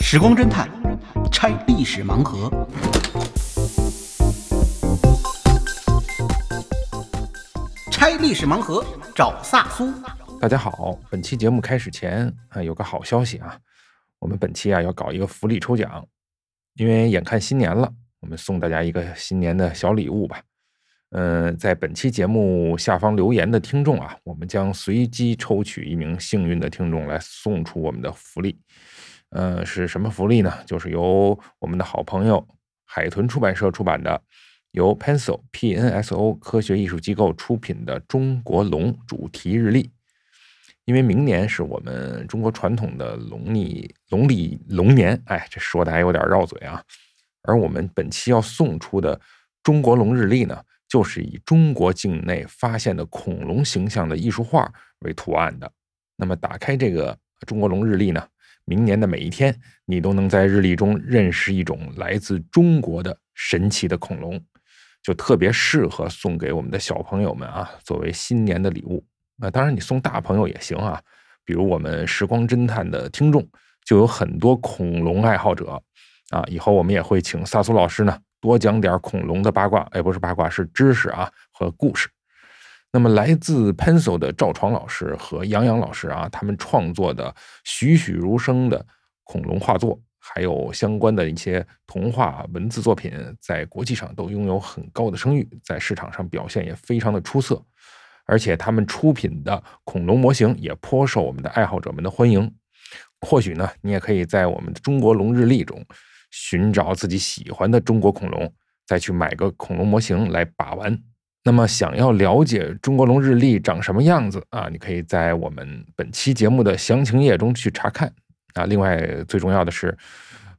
时光侦探拆历史盲盒。拆历史盲盒，找萨苏。大家好，本期节目开始前啊、有个好消息啊，我们本期啊要搞一个福利抽奖，因为眼看新年了，我们送大家一个新年的小礼物吧。嗯、在本期节目下方留言的听众啊，我们将随机抽取一名幸运的听众来送出我们的福利。呃，是什么福利呢？就是由我们的好朋友海豚出版社出版的，由 Pencil P N S O 科学艺术机构出品的《中国龙主题日历》。因为明年是我们中国传统的农历农历龙年，哎，这说的还有点绕嘴啊。而我们本期要送出的中国龙日历呢，就是以中国境内发现的恐龙形象的艺术画为图案的。那么打开这个中国龙日历呢，明年的每一天，你都能在日历中认识一种来自中国的神奇的恐龙，就特别适合送给我们的小朋友们啊，作为新年的礼物。那当然，你送大朋友也行啊，比如我们时光侦探的听众就有很多恐龙爱好者啊，以后我们也会请萨苏老师呢多讲点恐龙的八卦，哎，不是八卦，是知识啊和故事。那么，来自 Pencil 的赵闯老师和杨洋老师啊，他们创作的栩栩如生的恐龙画作，还有相关的一些童话文字作品，在国际上都拥有很高的声誉，在市场上表现也非常的出色。而且他们出品的恐龙模型也颇受我们的爱好者们的欢迎。或许呢，你也可以在我们的中国龙日历中寻找自己喜欢的中国恐龙，再去买个恐龙模型来把玩。那么，想要了解中国龙日历长什么样子啊，你可以在我们本期节目的详情页中去查看啊。另外，最重要的是，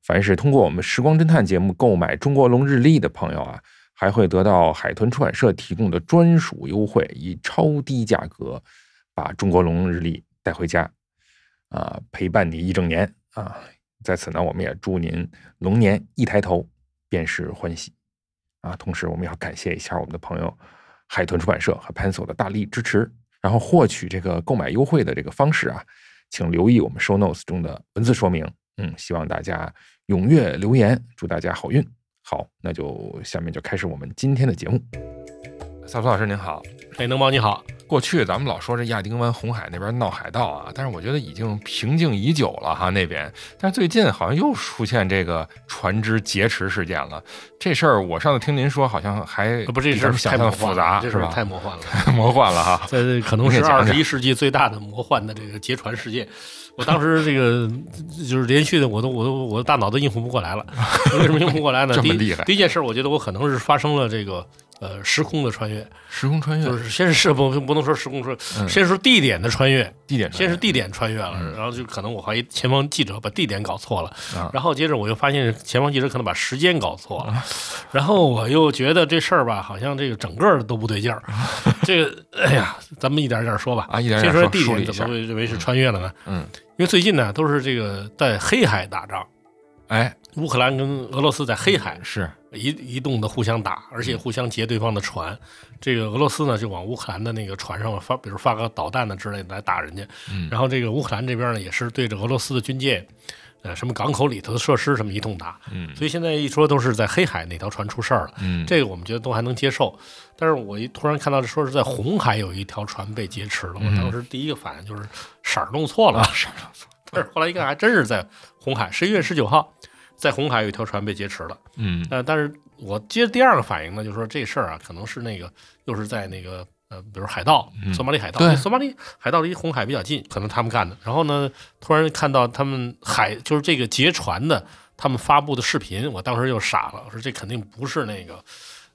凡是通过我们《时光侦探》节目购买中国龙日历的朋友啊，还会得到海豚出版社提供的专属优惠，以超低价格把中国龙日历带回家，啊，陪伴你一整年啊！在此呢，我们也祝您龙年一抬头便是欢喜啊！同时，我们要感谢一下我们的朋友海豚出版社和 Pencil 的大力支持。然后获取这个购买优惠的这个方式啊，请留意我们 Show Notes 中的文字说明。嗯，希望大家踊跃留言，祝大家好运。好，那就下面就开始我们今天的节目。萨苏老师您好，哎，能帮你好，过去咱们老说这亚丁湾红海那边闹海盗啊，但是我觉得已经平静已久了哈那边，但是最近好像又出现这个船只劫持事件了。这事儿我上次听您说好像还呃不，这比事咱儿们想太象魔的幻复了杂这是事儿吧？太 魔幻了，太魔幻了哈。这可能是你也讲二讲十一世纪最大的魔幻的这个劫船事件。我当时这个就是连续的，我都我都我的大脑都应付不 过来了。为什么应付不过来呢？这么第一厉害第一件事，我觉得我可能是发生了这个呃时空的穿越，时空穿越就是先是是不不能说时空穿嗯越，先说地点的穿越，地点穿先越，是地点穿越了，然后就可能我怀疑前方记者把地点搞错了嗯啊，然后接着我又发现前方记者可能把时间搞错了，然后我又觉得这事儿吧，好像这个整个都不对劲儿。这个，哎呀，咱们一点一点说吧。啊，一点先点说说地梳点理一怎么下。会认为是穿越了呢？嗯，因为最近呢都是这个在黑海打仗，哎，乌克兰跟俄罗斯在黑海是一移动的互相打，而且互相劫对方的船。这个俄罗斯呢就往乌克兰的那个船上发，比如发个导弹的之类的来打人家。嗯然后这个乌克兰这边呢也是对着俄罗斯的军舰，呃，什么港口里头的设施什么一通打。嗯所以现在一说都是在黑海哪条船出事儿了，嗯，这个我们觉得都还能接受。但是我一突然看到说是在红海有一条船被劫持了，我当时第一个反应就是色儿弄错了，嗯啊色儿弄错。 但是后来一看，还真是在红海，十一月十九号，在红海有一条船被劫持了。嗯呃，但是我接着第二个反应呢，就是说这事儿啊，可能是那个又是在那个呃，比如海盗嗯，索马里海盗，对因为索马里海盗离红海比较近，可能他们干的。然后呢，突然看到他们海就是这个劫船的他们发布的视频，我当时就傻了，我说这肯定不是那个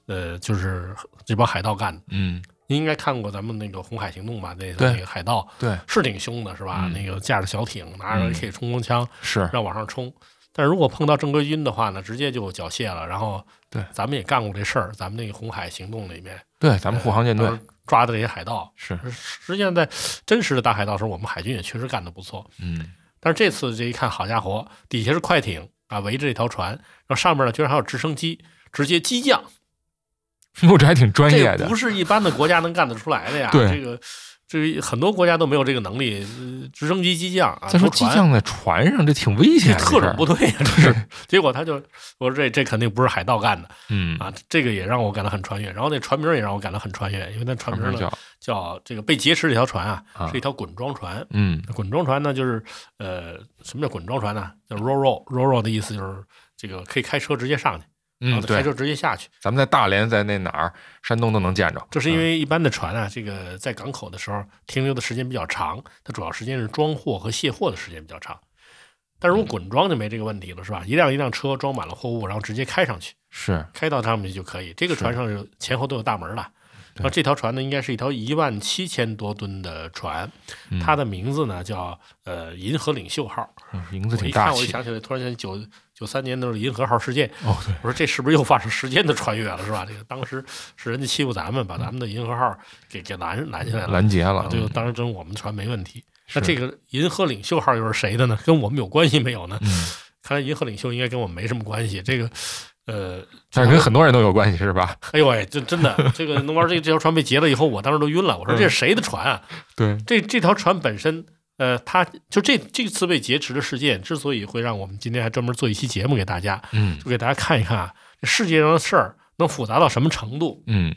呃，就是这帮海盗干的。嗯，您应该看过咱们那个《红海行动》吧？那对那个海盗对，是挺凶的，是吧？嗯那个驾着小艇，拿着 AK 冲锋枪，是让往上冲。但如果碰到正规军的话呢，直接就缴械了。然后，对咱们也干过这事儿，咱们那个红海行动里面，对，咱们护航舰队当时抓的这些海盗，是实际上在真实的大海盗时候，我们海军也确实干得不错。嗯但是这次这一看，好家伙，底下是快艇啊，围着这条船，然后上面呢居然还有直升机，直接机降，哟，这还挺专业这的不。是一般的国家能干得出来的呀。哎对这个这个很多国家都没有这个能力，呃直升机机降啊，再说出机船降在船上，这挺危这险的事特儿。种 部队呀，啊这是。结果他就我说这这肯定不是海盗干的嗯，啊，这个也让我感到很穿越。然后那船名也让我感到很穿越，因为那船名船名呢叫叫这个被劫持这条船啊啊，是一条滚装船。嗯滚装船呢，就是呃，什么叫滚装船呢？叫 roro roro 的意思就是这个可以开车直接上去，然嗯，后开对，车直接下去。咱们在大连，在那哪儿，山东都能见着。嗯这是因为一般的船啊，这个在港口的时候停留的时间比较长，它主要时间是装货和卸货的时间比较长。但嗯如果滚装就没这个问题了，是吧？一辆一辆车装满了货物，然后直接开上去，是开到上面去就可以。这个船上是前后都有大门的。对然后这条船呢，应该是一条一万七千多吨的船，嗯它的名字呢叫呃银河领袖号。嗯名字我挺一大看我就气想起来，突然想起九九三年的时候银河号事件，哦，对，我说这是不是又发生时间的穿越了，是吧？这个当时是人家欺负咱们，把咱们的银河号给给拦拦下来了。嗯拦截了啊，，这个嗯当时真我们船没问题。是那这个银河领袖号又是谁的呢？跟我们有关系没有呢？嗯，看来银河领袖应该跟我们没什么关系。这个，呃，但是跟很多人都有关系，是吧？哎呦喂，这真的， 这个能玩这这条船被劫了以后，我当时都晕了。我说嗯这是谁的船啊？对，这这条船本身，呃，它就这这次被劫持的事件，之所以会让我们今天还专门做一期节目给大家，嗯就给大家看一看啊，这世界上的事儿能复杂到什么程度？嗯，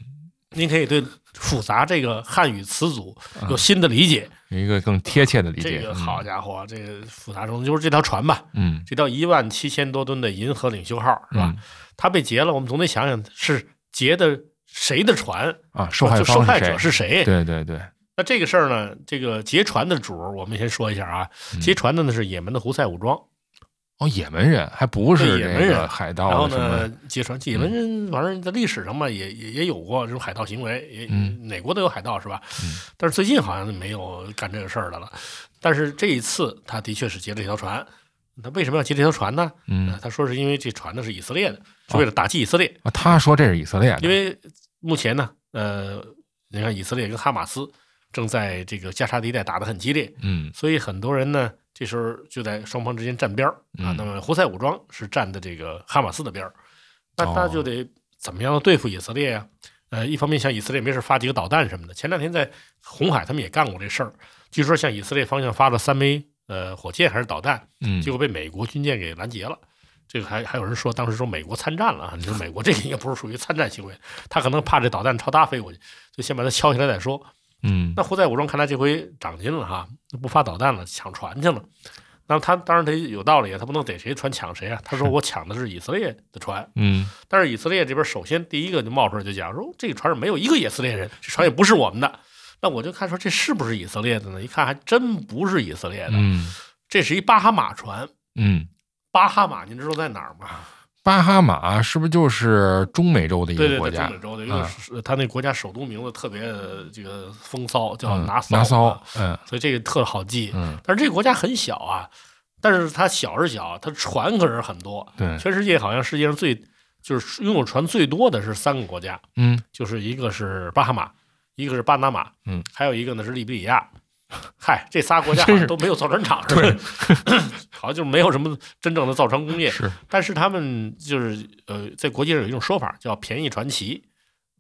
您可以对“复杂”这个汉语词组啊有新的理解。有一个更贴切的理这解。个嗯好，家伙，这个复杂程度就是这条船吧，嗯，这条一万七千多吨的银河领袖号是吧？嗯它被劫了，我们总得想想是劫的谁的船，啊，受就害受方害是谁者是谁？对对对，那这个事儿呢，这个劫船的主儿，我们先说一下啊，嗯劫船的呢是也门的胡塞武装，哦，也门人还不是对也门这个人海然盗后啊什么嗯呢的，劫船也门人，反正在历史上嘛，也也也有过这种海盗行为，也、嗯哪国都有海盗是吧？嗯但是最近好像没有干这个事儿的了。但是这一次，他的确是劫了一条船。他为什么要劫这条船呢？呃嗯，哦他说是因为这船呢是以色列的，是为了打击以色列。啊他说这是以色列的，呃因为目前呢，呃，你看以色列跟哈马斯正在这个加沙地带打得很激烈，嗯所以很多人呢，这时候就在双方之间站边儿啊嗯。那么胡塞武装是站的这个哈马斯的边儿，那哦他就得怎么样对付以色列呀、呃，一方面向以色列没事发几个导弹什么的。前两天在红海他们也干过这事儿，据说向以色列方向发了三枚呃火箭还是导弹，嗯结，果被美国军舰给拦截了。这个还还有人说，当时说美国参战了啊，你说美国这个应该不是属于参战行为，他可能怕这导弹朝他飞过去，就先把它敲下来再说。嗯那胡塞武装看来这回长进了哈，不发导弹了，抢船去了。那么他当然他有道理啊，他不能逮谁船抢谁啊。他说我抢的是以色列的船，嗯但是以色列这边首先第一个就冒出来就讲说，这个船上没有一个以色列人，这船也不是我们的。那我就看说这是不是以色列的呢？一看还真不是以色列的，嗯这是一巴哈马船。嗯，巴哈马您知道在哪儿吗？啊巴哈马是不是就是中美洲的一对个对，国在中家美？洲的一嗯个是，他那国家首都名字特别呃这个风骚，叫嗯拿拿骚。啊骚，嗯所以这个特好记。嗯，但是这个国家很小啊，但是它小是小，它船可是很多。对，全世界好像世界上最就是拥有船最多的是三个国家，嗯就是一个是巴哈马，一个是巴拿马，嗯，还有一个呢是利比里亚。嗨，这仨国家好真是像都没有造船厂，是吧？ 好像就是没有什么真正的造船工业。是但是他们就是呃，在国际上有一种说法叫“便宜传奇”，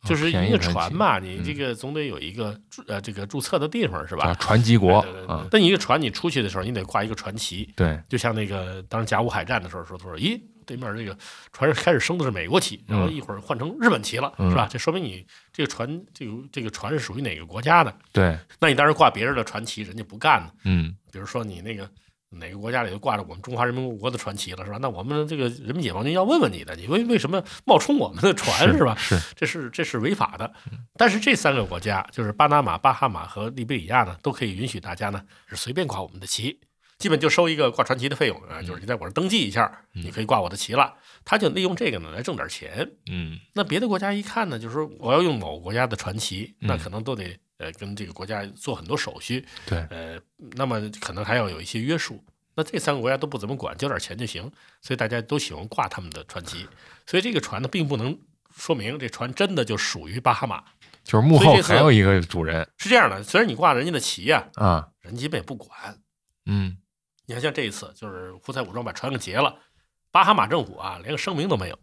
就是哦便宜一个传奇嘛，你嗯这个总得有一个注呃这个注册的地方是吧？叫传奇国对对对啊，。但一个船你出去的时候，你得挂一个船旗，对，就像那个当时甲午海战的时候说说，咦，对面这个船开始升的是美国旗，嗯然后一会儿换成日本旗了，嗯是吧？这说明你这个船这个这个船是属于哪个国家的？对，那你当时挂别人的船旗，人家不干呢。嗯比如说你那个。哪个国家里就挂着我们中华人民共和国的船旗了，是吧？那我们这个人民解放军要问问你的，你为为什么冒充我们的船，是吧？是，这是这是违法的。但是这三个国家，就是巴拿马、巴哈马和利比里亚呢，都可以允许大家呢是随便挂我们的旗，基本就收一个挂船旗的费用啊，就是你在我这儿登记一下，你可以挂我的旗了。他就利用这个呢来挣点钱。嗯那别的国家一看呢，就是说我要用某国家的传奇，嗯那可能都得呃跟这个国家做很多手续，对呃，那么可能还要有一些约束。那这三个国家都不怎么管，交点钱就行，所以大家都喜欢挂他们的传奇。所以这个船呢，并不能说明这船真的就属于巴哈马。就是幕所以后这次还有一个主人是这样的，虽然你挂人家的旗呀、啊，人家基本也不管。嗯你看，像这一次，就是胡塞武装把船给劫了，巴哈马政府啊，连个声明都没有，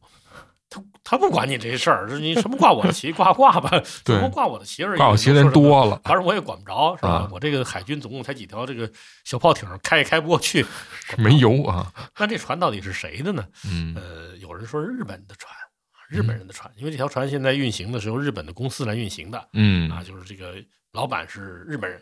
他他不管你这事儿，你什么挂我的旗，挂挂吧，对什么挂我的旗而已。挂我旗人多了，反正我也管不着，是吧？啊我这个海军总共才几条这个小炮艇，开也开不过去，管不着没。油啊，那这船到底是谁的呢？嗯呃，有人说是日本的船，日本人的船，因为这条船现在运行的是由日本的公司来运行的啊，嗯，就是这个老板是日本人，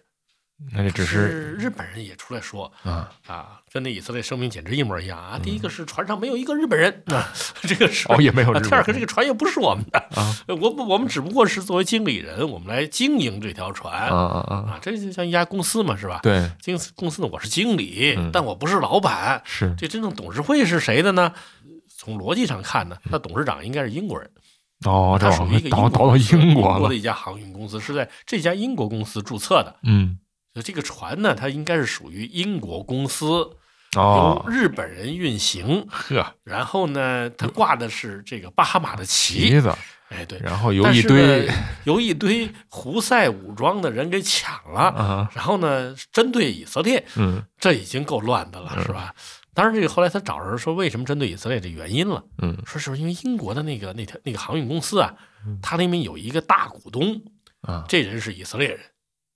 那就只可是是日本人也出来说啊，嗯啊，跟那以色列声明简直一模一样啊。第一个是船上没有一个日本人，啊、 这个是哦也没有啊日第本二个，这个船也不是我们的，啊 我们我们只不过是作为经理人，我们来经营这条船啊啊啊，啊这就像一家公司嘛，是吧？对，经公司呢，我是经理，嗯但我不是老板。是这真正董事会是谁的呢？从逻辑上看呢，那董事长应该是英国人，哦，这他属我于一们个嗯倒英倒到英国国英国了的，一家航运公司，是在这家英国公司注册的。嗯，所以这个船呢，它应该是属于英国公司，由哦，日本人运行。呵，然后呢，它挂的是这个巴哈马的旗旗。子，哎，对，然后有但一是堆呢， 由一堆胡塞武装的人给抢了。啊，然后呢，针对以色列，嗯这已经够乱的了，是吧？当然，这个后来他找人说为什么针对以色列这原因了，嗯说是因为英国的那个那条那个航运公司啊，它里面有一个大股东，啊，这人是以色列人，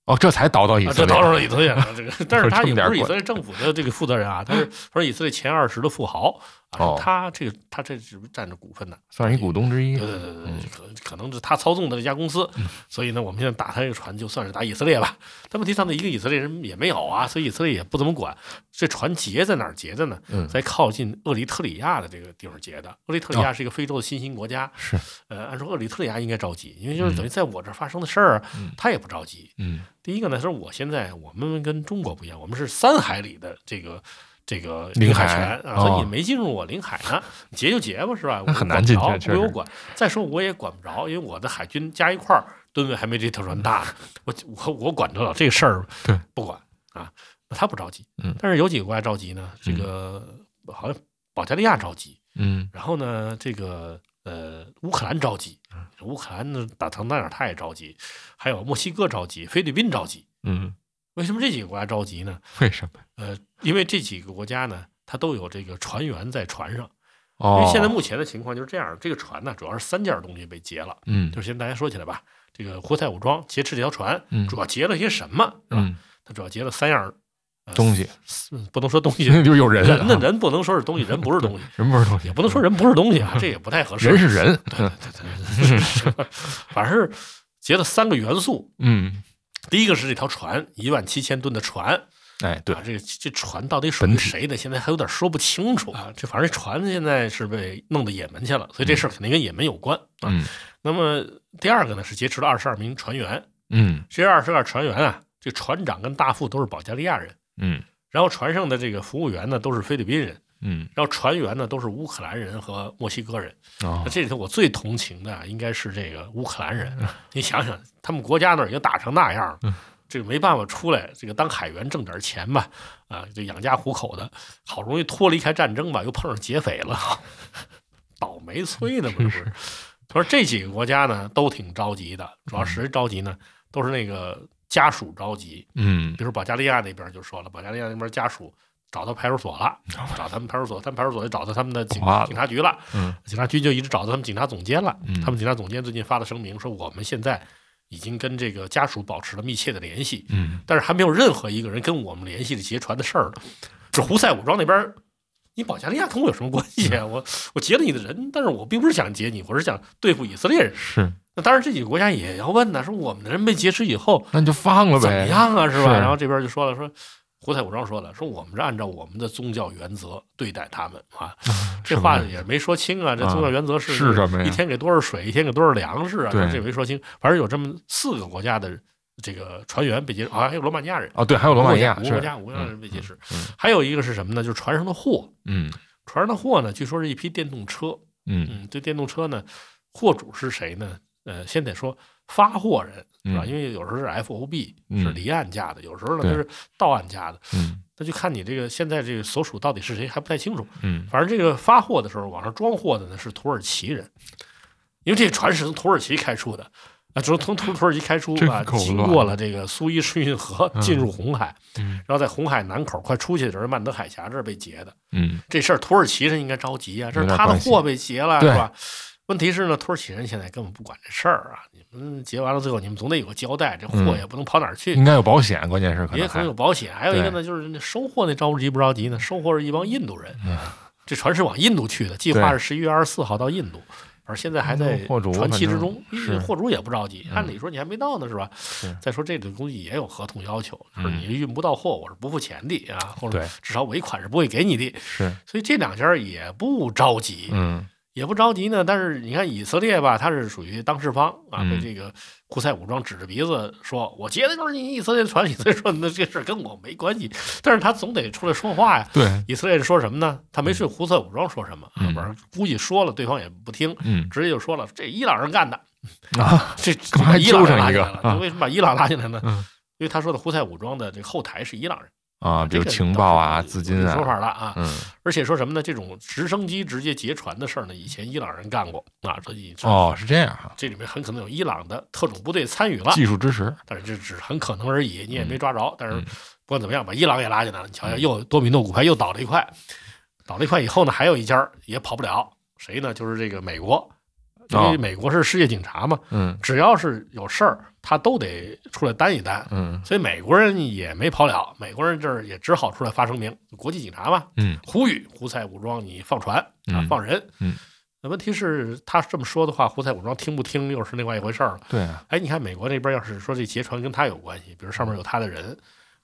哦，这才倒到以啊，色这列当，然了以色列人了，这个， 但是他也这么点不儿是以色列政府的这个负责人啊，他是他是以色列前二十的富豪啊，哦是他这个他这是占着股份的，算是一股东之一对，对对对嗯对，可可能是他操纵的这家公司，所以呢，我们现在打他这个船，就算是打以色列吧。但问题上呢，一个以色列人也没有啊，所以以色列也不怎么管。这船结在哪儿结的呢？嗯在靠近厄立特里亚的这个地方结的。厄立特里亚是一个非洲的新兴国家，哦是，呃，按说厄立特里亚应该着急，因为就是等于在我这儿发生的事儿，啊他也不着急。嗯第一个呢，说我现在我们跟中国不一样，我们是三海里的这个。这个领海海权啊，哦所以你没进入我领海呢，你结就结吧，是吧？那我很难进去啊管不确着，实归我管。再说我也管不着，因为我的海军加一块儿吨位还没这条船大呢，我我我管得了这个事儿？对，不管啊，他不着急。嗯但是有几个国家着急呢？这个好像保加利亚着急，嗯然后呢，这个呃，乌克兰着急，嗯乌克兰呢打成那样，他也着急，还有墨西哥着急，菲律宾着急。嗯，为什么这几个国家着急呢？为什么？呃，因为这几个国家呢，它都有这个船员在船上。因哦，为现在目前的情况就是这样，这个船呢，主要是三件东西被劫了。嗯就是先大家说起来吧，这个胡塞武装劫持这条船，嗯主要劫了些什么？是吧？嗯它主要劫了三样呃东西，嗯不能说东西，那 就是有人人啊呢？人不能说是东西，人不是 东西，人不是东西，嗯也不能说人不是东西啊，这也不太合适。人是人，对，对对 反正是劫了三个元素。嗯，第一个是这条船，一万七千吨的船，哎，对啊，，这个这船到底属于谁的，现在还有点说不清楚啊。这反正船现在是被弄到也门去了，所以这事儿肯定跟也门有关啊。嗯那么第二个呢，是劫持了二十二名船员，嗯这二十二船员啊，这船长跟大副都是保加利亚人，嗯然后船上的这个服务员呢都是菲律宾人，嗯，然后船员呢都是乌克兰人和墨西哥人。哦那，这里头我最同情的啊应该是这个乌克兰人，啊 你想想，他们国家那儿已经打成那样了嗯。这个没办法出来，这个当海员挣点钱吧，啊，就养家糊口的，好容易脱离开战争吧，又碰上劫匪了， 倒霉催呢，不是不是？ 他说这几个国家呢都挺着急的，主嗯要谁着急呢？都是那个家属着急，嗯比如保加利亚那边就说了，保加利亚那边家属找到派出所了，找他们派出所，他们派出所就找到他们的警哇警察局了，嗯警察局就一直找到他们警察总监了。嗯他们警察总监最近发了声明，说我们现在已经跟这个家属保持了密切的联系，嗯，但是还没有任何一个人跟我们联系这劫船的事儿呢。这胡塞武装那边儿，你保加利亚跟我有什么关系啊？ 我我劫了你的人，但是我并不是想劫你，我是想对付以色列人。是，那当然，这几个国家也要问呢，说我们的人被劫持以后，那你就放了怎呗，么样啊，是吧？是然后这边就说了，说胡塞武装说了，说我们是按照我们的宗教原则对待他们啊，这话也没说清啊，这宗教原则是是什么呀一天给多少水，一天给多少粮食啊，对这也没说清。反正有这么四个国家的这个船员被劫，好像还有罗马尼亚人，哦，对，还有罗马尼亚五个是国，家五个国家人被劫持。还有一个是什么呢？就是船上的货，嗯船上的货呢，据说是一批电动车。嗯嗯，这电动车呢，货主是谁呢？呃，先得说发货人是吧？嗯因为有时候是 FOB 嗯是离岸价的，有时候呢它对是到岸价的，嗯那就看你这个现在这个所属到底是谁还不太清楚。嗯，反正这个发货的时候，往上装货的呢是土耳其人，因为这船是从土耳其开出的。啊，就是从土土耳其 开出真啊，够经乱过了这个苏伊士运河，进入红海，嗯然后在红海南口快出去的时候，曼德海峡这儿被截的。嗯这事儿土耳其人应该着急啊，这有是点他的关系货被劫了，是对吧？问题是呢，土耳其人现在根本不管这事儿啊！你们结完了最后，你们总得有个交代，这货嗯也不能跑哪儿 去，应该有保险，关键是可也能可能还有保险。还有一个呢，就是那收货那着急不着急呢？收货是一帮印度人，嗯这船是往印度去的，计划是十一月二十四号到印度，而现在还在嗯货主传期之反正中。是嗯货主也不着急，按理说你还没到呢，是吧？再说这种东西也有合同要求，就是你运不到货，我是不付钱的啊，或嗯者对至少尾款是不会给你的。是，所以这两家也不着急，嗯也不着急呢。但是你看以色列吧，它是属于当事方啊，嗯被这个库塞武装指着鼻子说：“我劫的就是你以色列 船。”以色列说：“那这事儿跟我没关系。”但是他总得出来说话呀。对，以色列人说什么呢？他没对库塞武装说什么，啊嗯反正估计说了，对方也不听， 嗯直接就说了：“这伊朗人干的。” 啊，这干嘛还伊朗揪上人拉一进个来了？啊就为什么把伊朗拉进来呢？嗯因为他说的胡塞武装的这个后台是伊朗人啊，比哎这如个情报啊、倒是资金有说啊，法了啊。嗯，而且说什么呢？这种直升机直接劫船的事儿呢，以前伊朗人干过啊，所以这哦，是这样哈，这里面很可能有伊朗的特种部队参与了，技术支持，但是这只是很可能而已，你也没抓着。但是嗯不管怎么样，把伊朗也拉进来了，你瞧瞧，又多米诺骨牌又倒了一块，倒了一块以后呢，还有一家儿也跑不了，谁呢？就是这个美国，因哦为美国是世界警察嘛，嗯只要是有事儿，他都得出来担一担。嗯所以美国人也没跑了，美国人这儿也只好出来发声明，国际警察嘛，嗯，呼吁胡塞武装你放船啊嗯，放人。嗯，那问题是他这么说的话，胡塞武装听不听又是另外一回事儿了。对啊，哎，你看美国那边要是说这劫船跟他有关系，比如上面有他的人，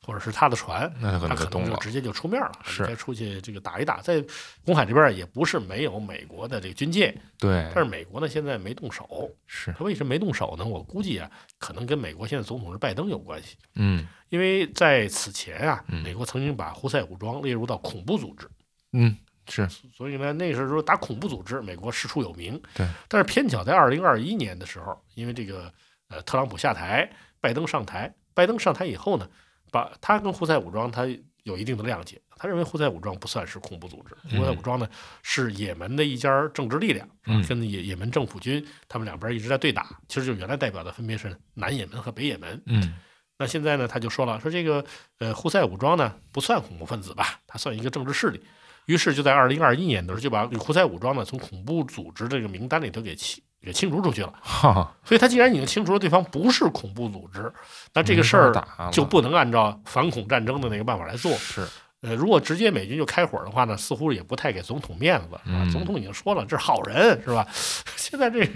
或者是他的船，那他可能他就可能动就了，直接就出面了，是应该出去这个打一打。在公海这边也不是没有美国的这个军舰，对但，是美国呢现在没动手，是，他为什么没动手呢？我估计啊，可能跟美国现在总统是拜登有关系，嗯因为在此前啊，嗯美国曾经把胡塞武装列入到恐怖组织，嗯是，所以呢，那时候打恐怖组织，美国师出有名。对，但是偏巧在二零二一年的时候，因为这个呃，特朗普下台，拜登上台，拜登上台以后呢，把他跟胡塞武装他有一定的谅解，他认为胡塞武装不算是恐怖组织，嗯胡塞武装呢是也门的一家政治力量，嗯跟也也门政府军他们两边一直在对打，其实就原来代表的分别是南也门和北也门。嗯 那现在呢，他就说了，说这个呃，胡塞武装呢不算恐怖分子吧，它算一个政治势力。于是就在二零二一年的时候，就把胡塞武装呢从恐怖组织这个名单里头给清给清除出去了。哈哈，所以他既然已经清除了对方不是恐怖组织，那这个事没儿法打了就不能按照反恐战争的那个办法来做。是，呃，如果直接美军就开火的话呢，似乎也不太给总统面子，是吧？嗯总统已经说了，这是好人，是吧？ 现在这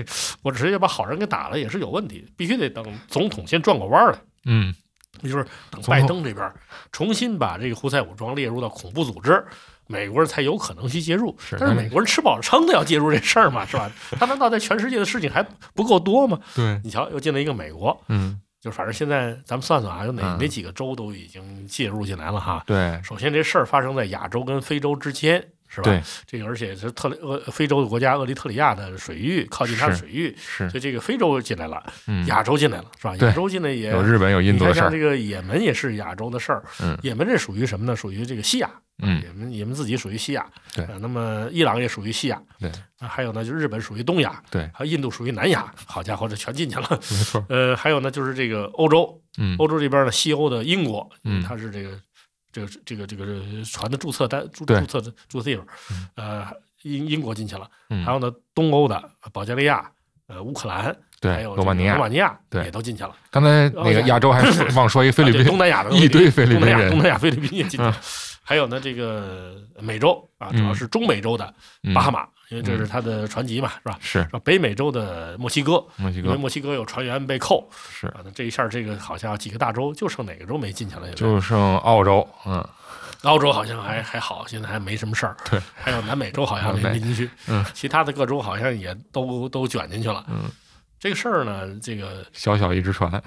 我直接把好人给打了也是有问题，必须得等总统先转过弯儿来。嗯也就是等总拜统登这边重新把这个胡塞武装列入到恐怖组织，美国人才有可能去介入。是但但是是美国人吃饱了撑的要介入这事儿嘛，是吧？他难道在全世界的事情还不够多吗？对，你瞧，又进了一个美国，嗯就反正现在咱们算算啊，有哪嗯哪几个州都已经介入进来了哈。对首先，这事儿发生在亚洲跟非洲之间，是吧？对，这个而且是特里厄非洲的国家厄立特里亚的水域，靠近它的是水域，是所，以这个非洲进来了，嗯亚洲进来了，是吧？对亚洲进来也有日本有印你度的看事像儿这，个也门也是亚洲的事儿，嗯也门这属于什么呢？属于这个西亚，嗯也门也门自己属于西亚，对呃那么伊朗也属于西亚，对啊还有呢，就日本属于东亚，对还有印度属于南亚，好家伙，这全进去了。 没错，呃，还有呢，就是这个欧洲，嗯欧洲这边呢，西欧的英国，嗯它是这个这个这个这个这个船的注册单注对注册的注册地方，呃，英英国进去了，嗯还有呢，东欧的保加利亚。呃，乌克兰，还对，有罗马尼亚罗，马尼亚对也都进去了。刚才那个亚洲还 说忘说一菲律啊对东宾，南亚的一堆菲律宾东南亚人东南亚菲律宾也进去嗯，还有呢，这个美洲啊，主要是中美洲的嗯巴哈马，因为这是它的船籍嘛，是吧？是然后北美洲的墨西哥，墨西因为哥墨西哥有船员被扣是，啊，那这一下这个好像几个大洲就剩哪个州没进去了？现在就剩澳洲，嗯澳洲好像还还好，现在还没什么事儿。对，还有南美洲好像没南美进去，嗯，其他的各州好像也都都卷进去了。嗯，这个事儿呢，这个小小一只船，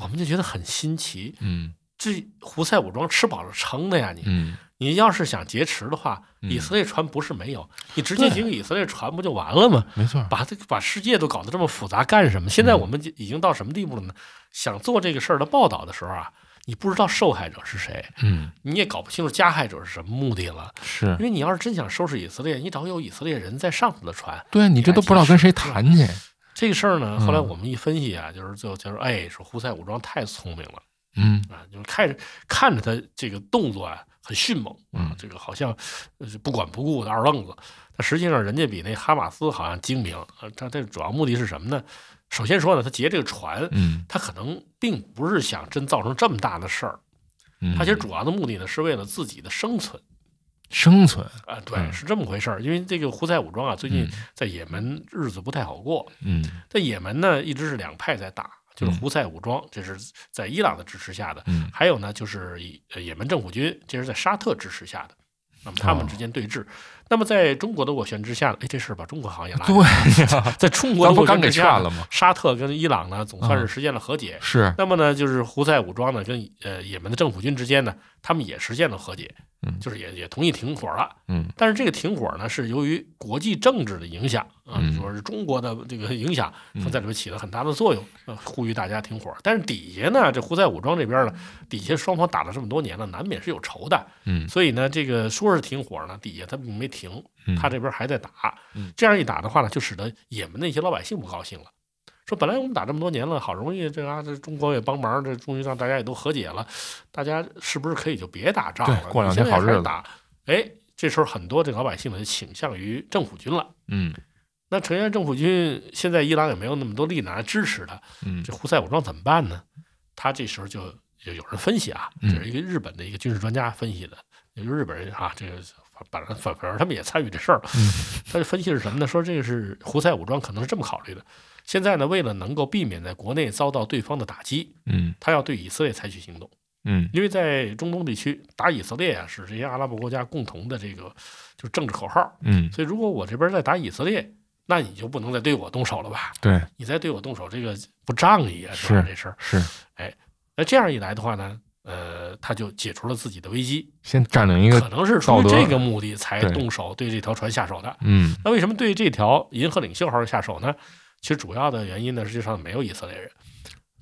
我们就觉得很新奇，嗯这胡塞武装吃饱了撑的呀，你嗯，你要是想劫持的话，嗯以色列船不是没有，你直接劫个以色列船不就完了吗？没错，把这个把世界都搞得这么复杂干什么？现在嗯我们已经到什么地步了呢？想做这个事儿的报道的时候啊，你不知道受害者是谁，嗯你也搞不清楚加害者是什么目的了。是因，为你要是真想收拾以色列，你找有以色列人在上头的船，对啊你这都不知道跟谁谈去，这个事儿呢，嗯后来我们一分析啊，就是最后就是哎，说胡塞武装太聪明了嗯啊，就是看看着他这个动作啊，很迅猛啊嗯，这个好像呃不管不顾的二愣子。但实际上，人家比那哈马斯好像精明。呃，他这主要目的是什么呢？首先说呢，他劫这个船，嗯，他可能并不是想真造成这么大的事儿，嗯他其实主要的目的呢是为了自己的生存。生存，啊，对，嗯是这么回事儿。因为这个胡塞武装啊，最近嗯在也门日子不太好过。嗯在也门呢，一直是两派在打，就是嗯胡塞武装，这是在伊朗的支持下的；嗯还有呢，就是以呃也门政府军，这是在沙特支持下的。那么他们哦之间对峙，那么在中国的斡旋之下，哎，这事儿把中国好像也 拉进来了对呀，在中国咱的不斡刚旋给之劝下呢，了吗？沙特跟伊朗呢总算是嗯实现了和解。是，那么呢，就是胡塞武装呢跟呃也门的政府军之间呢，他们也实现了和解，嗯就是也也同意停火了。嗯但是这个停火呢，是由于国际政治的影响啊，嗯说是中国的这个影响，嗯它在里面起了很大的作用，呃呼吁大家停火。但是底下呢，这胡塞武装这边呢，底下双方打了这么多年了，难免是有仇的，嗯所以呢，这个说是停火呢，底下他并没停，嗯，他这边还在打嗯。这样一打的话呢，就使得也门那些老百姓不高兴了。说本来我们打这么多年了，好容易这啊这中国也帮忙，这终于让大家也都和解了，大家是不是可以就别打仗了？对过两你现天在好日开始子打，哎，这时候很多这老百姓呢就倾向于政府军了。嗯那成员政府军现在伊朗也没有那么多力量来支持他，嗯这胡塞武装怎么办呢？他这时候就就有人分析啊，这嗯是一个日本的一个军事专家分析的，也就是日本人啊，这个反反反反正他们也参与这事儿了。嗯 他就分析是什么呢？说这个是胡塞武装可能是这么考虑的：现在呢，为了能够避免在国内遭到对方的打击，嗯他要对以色列采取行动，嗯因为在中东地区打以色列啊是这些阿拉伯国家共同的这个就是政治口号，嗯，所以如果我这边在打以色列，那你就不能再对我动手了吧？对，你再对我动手，这个不仗义啊，吧？是这事儿。是那这样一来的话呢，呃，他就解除了自己的危机，先占领一可个，能是出于道德这个目的才对动手对这条船下手的。嗯那为什么对这条银河领袖号下手呢？其实主要的原因呢，实际上没有以色列人，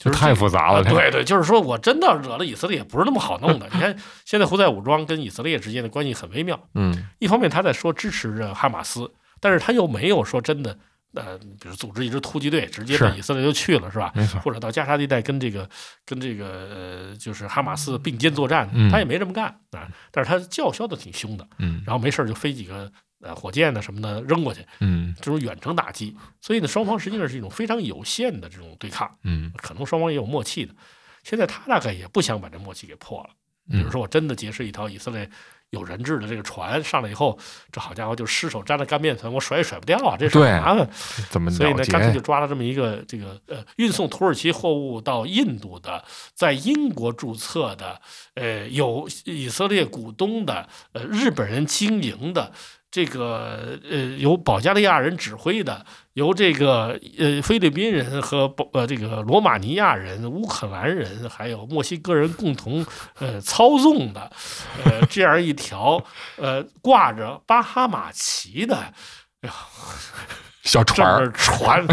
这就是太复杂了，啊这对对，就是说我真的惹了以色列，也不是那么好弄的。你看，现在胡塞武装跟以色列之间的关系很微妙，嗯一方面他在说支持着哈马斯，但是他又没有说真的，呃，比如组织一支突击队直接到是以色列就去了，是吧？没错，或者到加沙地带跟这个跟这个呃，就是哈马斯并肩作战，嗯他也没这么干啊。但是他叫嚣的挺凶的，嗯然后没事儿就飞几个呃火箭呐什么的扔过去，嗯这种远程打击。所以呢，双方实际上是一种非常有限的这种对抗，嗯可能双方也有默契的。现在他大概也不想把这默契给破了。比如嗯，说我真的劫持一条以色列有人质的这个船上来以后，这好家伙就失手沾了干面团，我甩也甩不掉啊，这事对儿麻烦。怎么所以了呢，结干？脆就抓了这么一个这个呃，运送土耳其货物到印度的，呃在英国注册的，呃，有以色列股东的，呃，日本人经营的。这个呃，由保加利亚人指挥的，由这个呃菲律宾人和保呃这个罗马尼亚人、乌克兰人还有墨西哥人共同呃操纵的，呃这样一条呃挂着巴哈马旗的小这船儿，么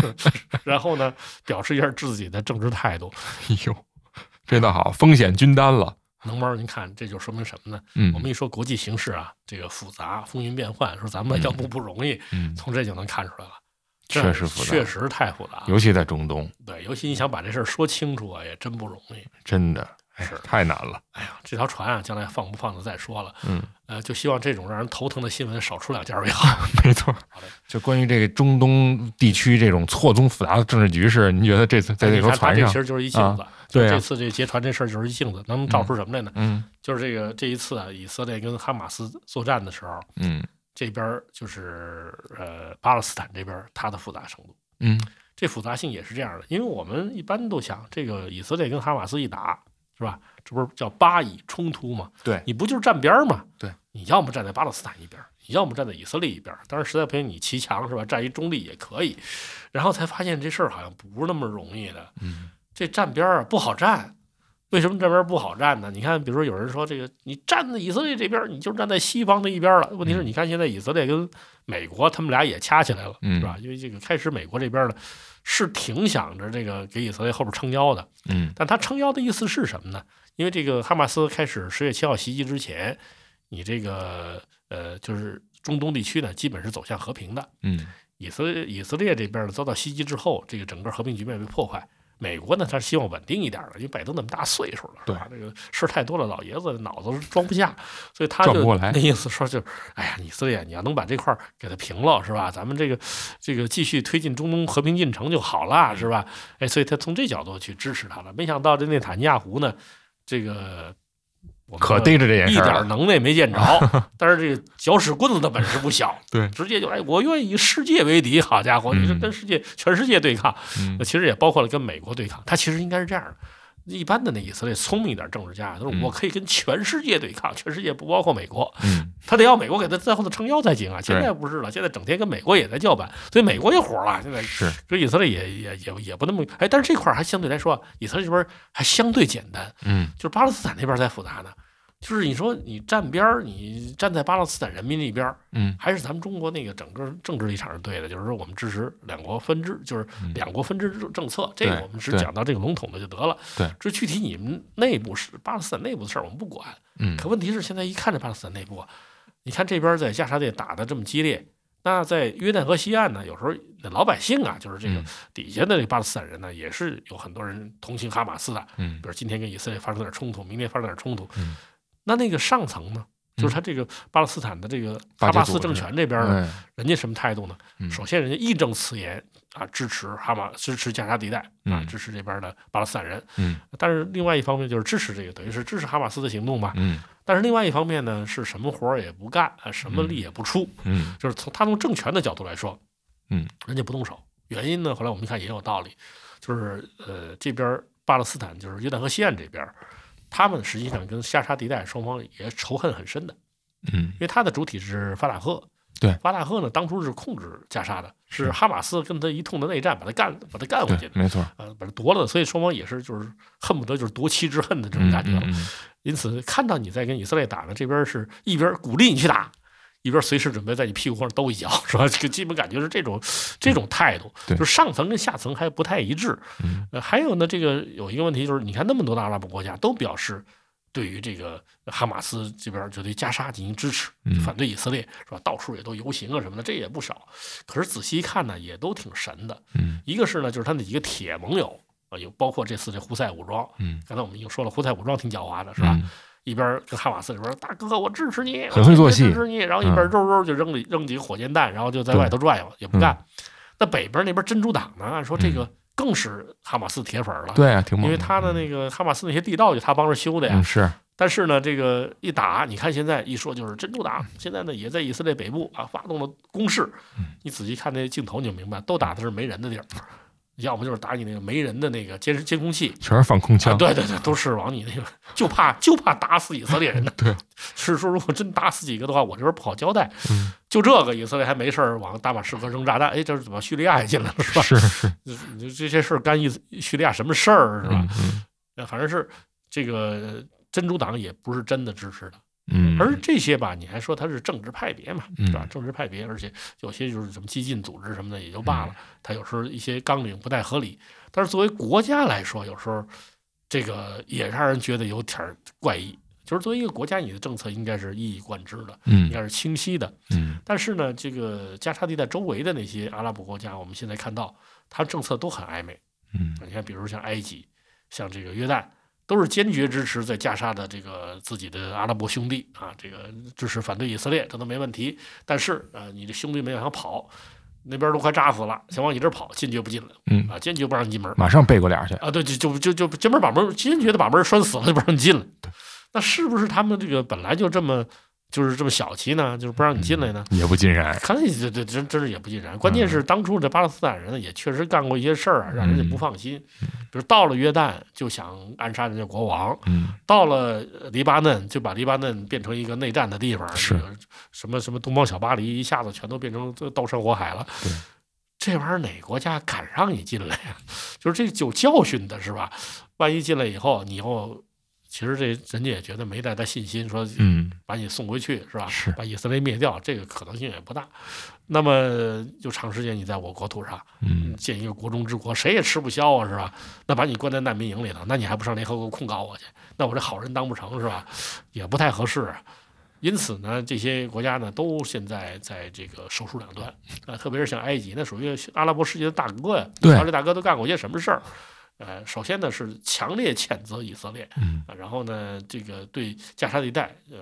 传，然后呢，表示一下自己的政治态度。哎呦，这倒好，风险均担了，能猫，您看，这就说明什么呢？嗯我们一说国际形势啊，这个复杂、风云变幻，说咱们要不不容易，嗯，从这就能看出来了。这确实复杂确实太复杂了。尤其在中东，对，尤其你想把这事儿说清楚啊，也真不容易。真的，哎是，太难了，这条船啊，将来放不放的再说了。嗯，呃，就希望这种让人头疼的新闻少出两 件为好。没错。就关于这个中东地区这种错综复杂的政治局势，您觉得这次在这 你条看他船这上其，实就是一镜子。对这啊，次这劫船这事儿就是一镜子，能照出什么来呢？嗯就是这个这一次啊，以色列跟哈马斯作战的时候，嗯这边儿就是呃巴勒斯坦这边儿它的复杂程度，嗯这复杂性也是这样的，因为我们一般都想这个以色列跟哈马斯一打是吧？这不是叫巴以冲突吗？对你不就是站边儿吗？对，你要么站在巴勒斯坦一边儿，你要么站在以色列一边儿，当然实在不行你骑墙是吧？站一中立也可以，然后才发现这事儿好像不是那么容易的，嗯，这站边儿啊不好站。为什么这边儿不好站呢？你看，比如说有人说这个，你站在以色列这边儿，你就站在西方的一边儿了。问题是，嗯你看现在以色列跟美国他们俩也掐起来了，嗯是吧？因为这个开始美国这边呢是挺想着这个给以色列后边撑腰的，嗯但他撑腰的意思是什么呢？因为这个哈马斯开始十月七号袭击之前，你这个呃就是中东地区呢基本是走向和平的，嗯以色列以色列这边呢遭到袭击之后，这个整个和平局面被破坏。美国呢，他是希望稳定一点的，因为拜登那么大岁数了，是吧？这个事儿太多了，老爷子脑子是装不下，所以他转就不过来那意思说就是，哎呀，以色列，你要能把这块儿给它平了，是吧？咱们这个这个继续推进中东和平进程就好啦，是吧？哎，所以他从这角度去支持他了。没想到这内塔尼亚胡呢，这个我们可逮着这件一事儿点儿了。能耐 没见着，但是这个搅屎棍子的本事不小，对直接就哎，我愿意以世界为敌，好家伙，你是嗯跟世界全世界对抗，嗯那其实也包括了跟美国对抗。他其实应该是这样的。一般的那以色列聪明一点政治家，就是嗯我可以跟全世界对抗，全世界不包括美国，嗯，他得要美国给他在后头撑腰才行啊。对现在不是了，现在整天跟美国也在叫板，所以美国也火了。现在是所以以色列也也也也不那么哎，但是这块儿还相对来说啊，以色列这边还相对简单，嗯就是巴勒斯坦那边才复杂呢。就是你说你站边儿，你站在巴勒斯坦人民那边儿，嗯还是咱们中国那个整个政治立场是对的，就是说我们支持两国分治，就是两国分治政政策，这个嗯对我们只对讲到这个笼统的就得了。对，这具体你们内部是巴勒斯坦内部的事儿我们不管，嗯可问题是现在一看这巴勒斯坦内部啊，你看这边在加沙地打的这么激烈，那在约旦河西岸呢，有时候那老百姓啊，就是这个嗯底下的这个巴勒斯坦人呢，也是有很多人同情哈马斯的，嗯比如今天跟以色列发生点冲突，明天发生点冲突，嗯那那个上层呢，就是他这个巴勒斯坦的这个哈巴马结组斯织政权这边呢，嗯人家什么态度呢？嗯首先，人家义正辞严啊，支持哈马，支持加沙地带啊嗯，支持这边的巴勒斯坦人。嗯但是另外一方面就是支持这个，等于是支持哈马斯的行动吧。嗯但是另外一方面呢，是什么活儿也不干，啊什么力也不出，嗯就是从他从政权的角度来说，嗯，人家不动手，原因呢，后来我们一看也有道理，就是呃，这边儿巴勒斯坦就是约旦河西岸这边儿，他们实际上跟加沙地带双方也仇恨很深的，嗯因为它的主体是法塔赫，对，法塔赫呢当初是控制加沙的，是哈马斯跟他一通的内战把他干把他干回去对，的，没错，呃，把他夺了，所以双方也是就是恨不得就是夺妻之恨的这种嗯感觉了。嗯嗯因此，看到你在跟以色列打呢，这边是一边鼓励你去打，一边随时准备在你屁股上兜一脚，是吧？这个基本感觉是这种这种态度，对就是上层跟下层还不太一致。嗯呃，还有呢，这个有一个问题就是，你看那么多的阿拉伯国家都表示对于这个哈马斯这边就对加沙进行支持，嗯反对以色列是吧？到处也都游行啊什么的，这也不少。可是仔细一看呢，也都挺神的。嗯一个是呢，就是他那几个铁盟友啊，有包括这次这胡塞武装，嗯，刚才我们已经说了，胡塞武装挺狡猾的，是吧？嗯一边跟哈马斯说：“大哥，我支持你，很会做戏嗯我支持你。”然后一边肉肉就扔了扔几个火箭弹，然后就在外头转悠，也不嗯干。那北边那边真主党呢，按说这个更是哈马斯铁粉了，对啊，挺猛因的，为他的那个哈马斯那些地道就他帮着修的呀嗯。是，但是呢，这个一打，你看现在一说就是真嗯主党，现在呢也在以色列北部啊发动了攻势。你仔细看那镜头，你就明白，都打的是没人的地儿，要么就是打你那个没人的那个监监控器，全是放空啊，枪，对对对，都是往你那个， 就怕就怕打死以色列人呢。 对，是说如果真打死几个的话，我这边不好交代。嗯就这个以色列还没事儿往大马士革扔炸弹，哎，这是怎么叙利亚也进 来了是吧？是是，这这这些事儿干以叙利亚什么事儿是吧嗯？嗯呃反正是这个呃真主党也不是真的支持的，嗯，而这些吧，你还说他是政治派别嘛，嗯对吧？政治派别，而且有些就是什么激进组织什么的也就罢嗯了，他有时候一些纲领不太合理。但是作为国家来说，有时候这个也让人觉得有点儿怪异。就是作为一个国家，你的政策应该是一以贯之的，应嗯该是清晰的。嗯但是呢，这个加沙地带周围的那些阿拉伯国家，我们现在看到，它政策都很暧昧。嗯你看，比如像埃及，像这个约旦，都是坚决支持在加沙的这个自己的阿拉伯兄弟啊，这个支持反对以色列，这都没问题。但是呃，你这兄弟们想跑，那边都快炸死了，想往你这儿跑，坚决不进来嗯，啊，坚决不让你进门马上背过脸去，啊，对，就就就就坚门把门坚决的把门拴死了，就不让你进来。那是不是他们这个本来就这么就是这么小气呢？就是不让你进来呢？也不尽然，看来这这真真是也不尽然。关键嗯是当初这巴勒斯坦人呢，也确实干过一些事儿啊，让人家不放心。比如到了约旦就想暗杀人家国王，嗯到了呃黎巴嫩就把黎巴嫩变成一个内战的地方，是这个什么什么东方小巴黎一下子全都变成这刀山火海了对。这玩意儿哪国家敢让你进来呀、 就是这有教训的是吧？万一进来以后，你以后其实这人家也觉得没带他信心，说嗯把你送回去是吧？是把以色列灭掉，这个可能性也不大。那么就长时间你在我国土上嗯建一个国中之国，谁也吃不消啊，是吧？那把你关在难民营里头，那你还不上联合国控告我去？那我这好人当不成是吧？也不太合适啊。因此呢，这些国家呢都现在在这个手术两端啊、特别是像埃及，那属于阿拉伯世界的大哥呀，对瞧这大哥都干过些什么事儿？呃，首先呢是强烈谴责以色列，嗯啊然后呢，这个对加沙地带呃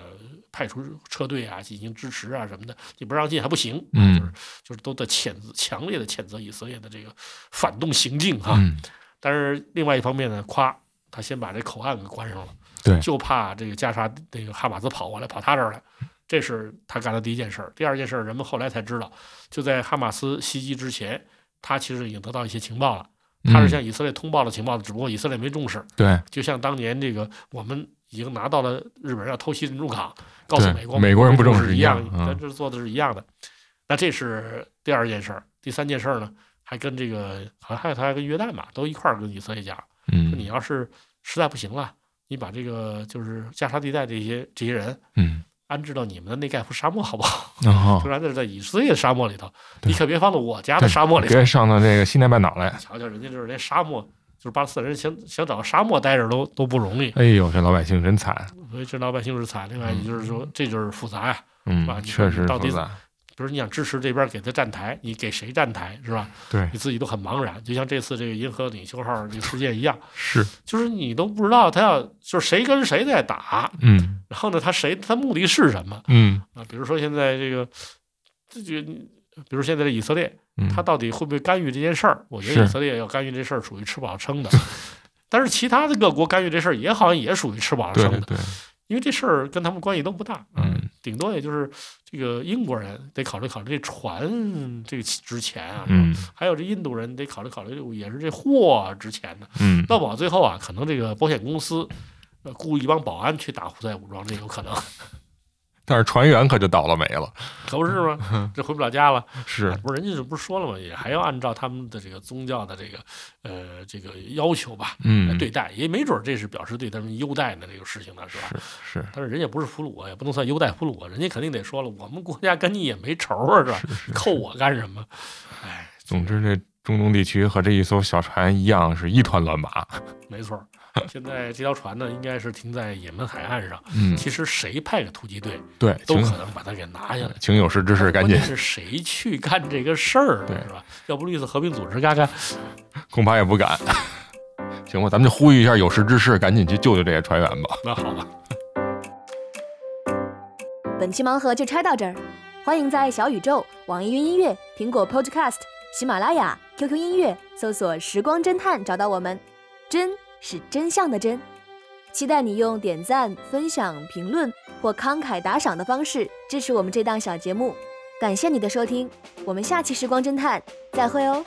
派出车队啊进行支持啊什么的，你不让进还不行，嗯就是就是都在谴责强烈的谴责以色列的这个反动行径哈、嗯，但是另外一方面呢，夸他先把这口岸给关上了，对就怕这个加沙那个哈马斯跑过来跑他这儿来，这是他干的第一件事儿。第二件事儿，人们后来才知道，就在哈马斯袭击之前，他其实已经得到一些情报了，他是嗯向以色列通报了情报的，只不过以色列没重视。对就像当年这个我们已经拿到了日本人要偷袭珍珠港，告诉对，美国美国人不不重是视一样，咱嗯这做的是一样的。那这是第二件事儿，第三件事儿呢，还跟这个好像还有他还跟约旦吧，都一块儿跟以色列讲，说你嗯要是实在不行了，你把这个就是加沙地带这些这些人嗯，安置到你们的内盖夫沙漠好 不好？然后就安置在以色列的沙漠里头，对你可别放到我家的沙漠里头。别上到这个西南半岛来。瞧瞧人家就是连沙漠，就是巴勒斯坦人想想找个沙漠待着都都不容易，哎呦，这老百姓真惨，所以这老百姓是惨。另外，也就是说，这就是复杂呀、嗯哇，你说确你实到底复杂。比如你想支持这边给他站台，你给谁站台是吧？对，你自己都很茫然，就像这次这个银河领袖号这个事件一样，是，就是你都不知道他要就是谁跟谁在打，嗯然后呢，他谁他目的是什么嗯啊？比如说现在这个这就比如现在的以色列，嗯，他到底会不会干预这件事儿？我觉得是以色列要干预这事儿属于吃饱了撑的，但是其他的各国干预这事儿也好像也属于吃饱了对撑对的，对，因为这事儿跟他们关系都不大。啊嗯顶多也就是这个英国人得考虑考虑这船这个值钱啊，嗯还有这印度人得考虑考虑，也是这货值钱的。嗯，到保最后啊，可能这个保险公司呃雇一帮保安去打胡塞武装，这有可能，但是船员可就倒了霉了，可不是吗？这回不了家了。嗯是，不是人家这不是说了吗？也还要按照他们的这个宗教的这个呃这个要求吧来嗯，对，待，也没准儿这是表示对他们优待的这个事情呢，是吧？是是但是人家不是俘虏啊，也不能算优待俘虏啊，人家肯定得说了，我们国家跟你也没仇啊，是吧？是是。扣我干什么？哎总之，这中东地区和这一艘小船一样，是一团乱麻。没错儿，现在这条船呢，应该是停在也门海岸上。嗯，其实谁派个突击队，对，都请可能把它给拿下来。请有识之士赶关紧键，是谁去干这个事儿对呢，是吧？要不绿色和平组织嘎嘎，恐怕也不敢。 行吧，咱们就呼吁一下有识之士，赶紧去救救这些船员吧。那好吧。本期盲盒就拆到这儿，欢迎在小宇宙、网易云音乐、苹果 Podcast、喜马拉雅、QQ 音乐搜索“时光侦探”找到我们。真是真相的真，期待你用点赞、分享、评论或慷慨打赏的方式支持我们这档小节目。感谢你的收听，我们下期《时光侦探》再会哦。